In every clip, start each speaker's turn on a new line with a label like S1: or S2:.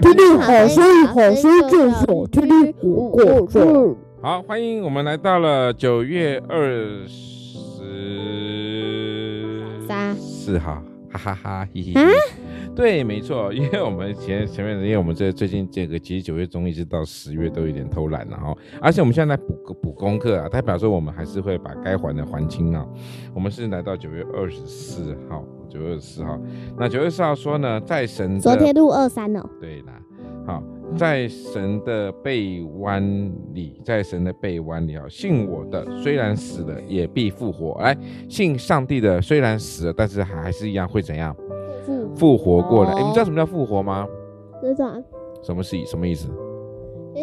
S1: 听听好声音，好声音就好，听听我过
S2: 嗯
S1: 错。
S3: 好，欢迎我们来到了九月二十
S2: 啥
S3: 四号，哈哈哈，嘻嘻
S2: 啊。
S3: 对，没错，因为我们前前面，因为我们这最近这个，其实九月中一直到十月都有点偷懒了哦，而且我们现在在补个补功课啊，代表说我们还是会把该还的还清啊。我们是来到九月二十四号，九月二十四号，那九月四号说呢，在神的
S2: 昨天录二三哦，
S3: 对啦，好，在神的背弯里，在神的背弯里啊，信我的虽然死了也必复活。来，信上帝的虽然死了，但是还还是一样会怎样
S2: 复
S3: 复活过来？
S2: 哦
S3: 诶你知道什么叫复活吗？
S1: 知道，
S3: 什么是什么意思？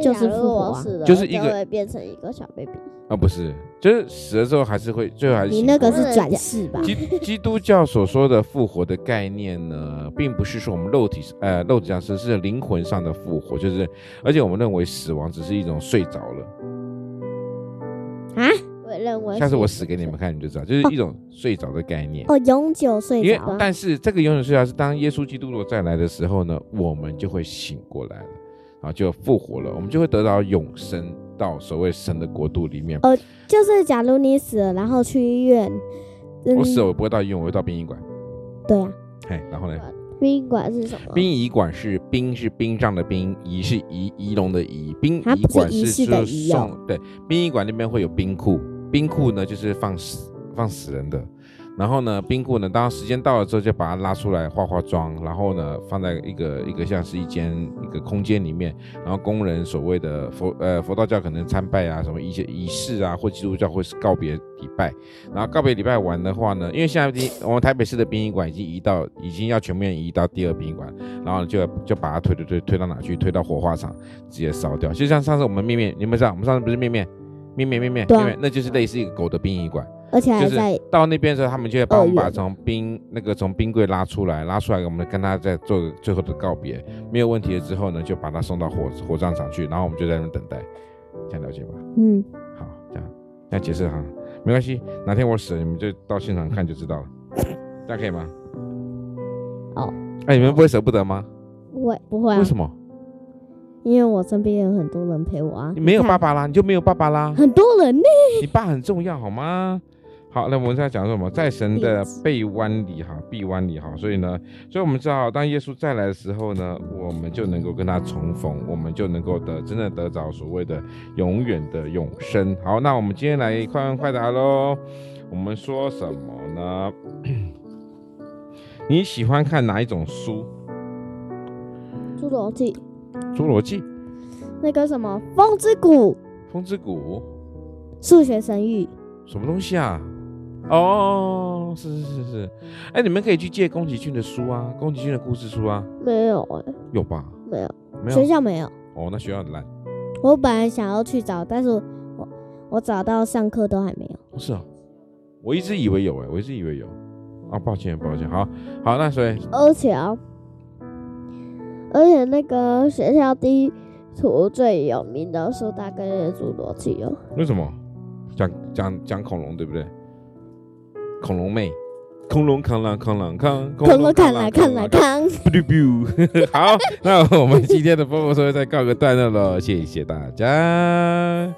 S2: 就是复活啊
S1: 我死了
S3: 就是一个
S1: 我会变成一个小 baby。
S3: 啊，不是，就是死了之后还是会，最后还是
S2: 你
S3: 醒
S2: 那个
S3: 过来
S2: 是转世吧？
S3: 基基督教所说的复活的概念呢，并不是说我们肉体呃肉体上是是灵魂上的复活，就是而且我们认为死亡只是一种睡着了。
S1: 我认为
S3: 下次我死给你们看，你就知道，就是一种睡着的概念。
S2: 哦，永久睡
S3: 因为
S2: 着啊，
S3: 但是这个永远睡着是当耶稣基督如果再来的时候呢，我们就会醒过来了，然后就复活了，我们就会得到永生到所谓神的国度里面。
S2: 哦就是假如你死了，然后去医院，嗯
S3: 我死了，我哦不会到医院，我会到殡仪馆。
S2: 对啊，
S3: 嘿，然后呢？
S1: 宾馆是什
S2: 嗯
S1: 么？
S3: 殡仪馆是殡是殡葬的殡，仪是仪仪容的仪，殡
S2: 它
S3: 仪
S2: 不是
S3: 馆
S2: 仪式
S3: 是
S2: 的
S3: 说
S2: 仪哦
S3: 送对，殡仪馆那边会有冰库，冰库呢就是放死放死人的，然后呢冰库呢，当时间到了之后就把它拉出来化化妆，然后呢放在一个一个像是一间一个空间里面，然后工人所谓的佛呃佛道教可能参拜啊什么一些仪式啊，或基督教会是告别礼拜，然后告别礼拜完的话呢，因为现在已经我们台北市的殡仪馆已经移到，已经要全面移到第二殡仪馆，然后就就把它推推推推到哪去？推到火化场直接烧掉。就像上次我们面面，你们知道我们上次不是面面面面面面
S2: 对啊
S3: 面面，那就是类似一个狗的殡仪馆。
S2: 而且还
S3: 就是
S2: 在
S3: 到那边的时候，他们就会把我们
S2: 二
S3: 把
S2: 月
S3: 从冰那个从冰柜拉出来，拉出来，我们跟他再做个最后的告别，没有问题了之后呢，就把他送到火火葬场去，然后我们就在那边等待，这样了解吧？
S2: 嗯，
S3: 好，这样这样解释哈，没关系，哪天我死了，你们就到现场看就知道了，这样可以吗？
S2: 哦，
S3: 哎，你们不会舍不得吗？
S2: 不会不会啊
S3: 为，什么？
S2: 因为我身边有很多人陪我啊
S3: 你，没有
S2: 看
S3: 爸爸啦，你就没有爸爸啦，
S2: 很多人呢，
S3: 你爸很重要好吗？好，那我们现在讲什么？在神的臂弯里哈，臂弯里哈，所以呢，所以我们知道，当耶稣再来的时候呢，我们就能够跟他重逢，我们就能够得真的得着所谓的永远的永生。好，那我们今天来快问快答喽。我们说什么呢？ 你喜欢看哪一种书？
S2: 侏罗纪
S3: 《侏罗纪》《
S2: 那个什么《风之谷》
S3: 风之谷》
S2: 《数学神域》
S3: 什么东西啊？哦，是是是是，哎，你们可以去借宫崎骏的书啊，宫崎骏的故事书啊，
S2: 没有哎，
S3: 有吧？
S2: 没有，
S3: 没
S2: 学
S3: 有
S2: 校没有。
S3: 哦，那学校很烂。
S2: 我本来想要去找，但是我我我找到上课都还没有。
S3: 不是啊，我一直以为有哎、我一直以为有啊，抱歉抱歉，好好，那所以
S1: 而且啊，而且那个学校地图最有名的书大概就是侏罗纪哦。
S3: 为什么讲讲讲恐龙对不对？恐龙妹，恐龙扛狼扛狼扛，
S2: 看了看了看了
S3: 扛
S2: 看，
S3: 好，那我们今天的波波说再告个段落喽，谢谢大家。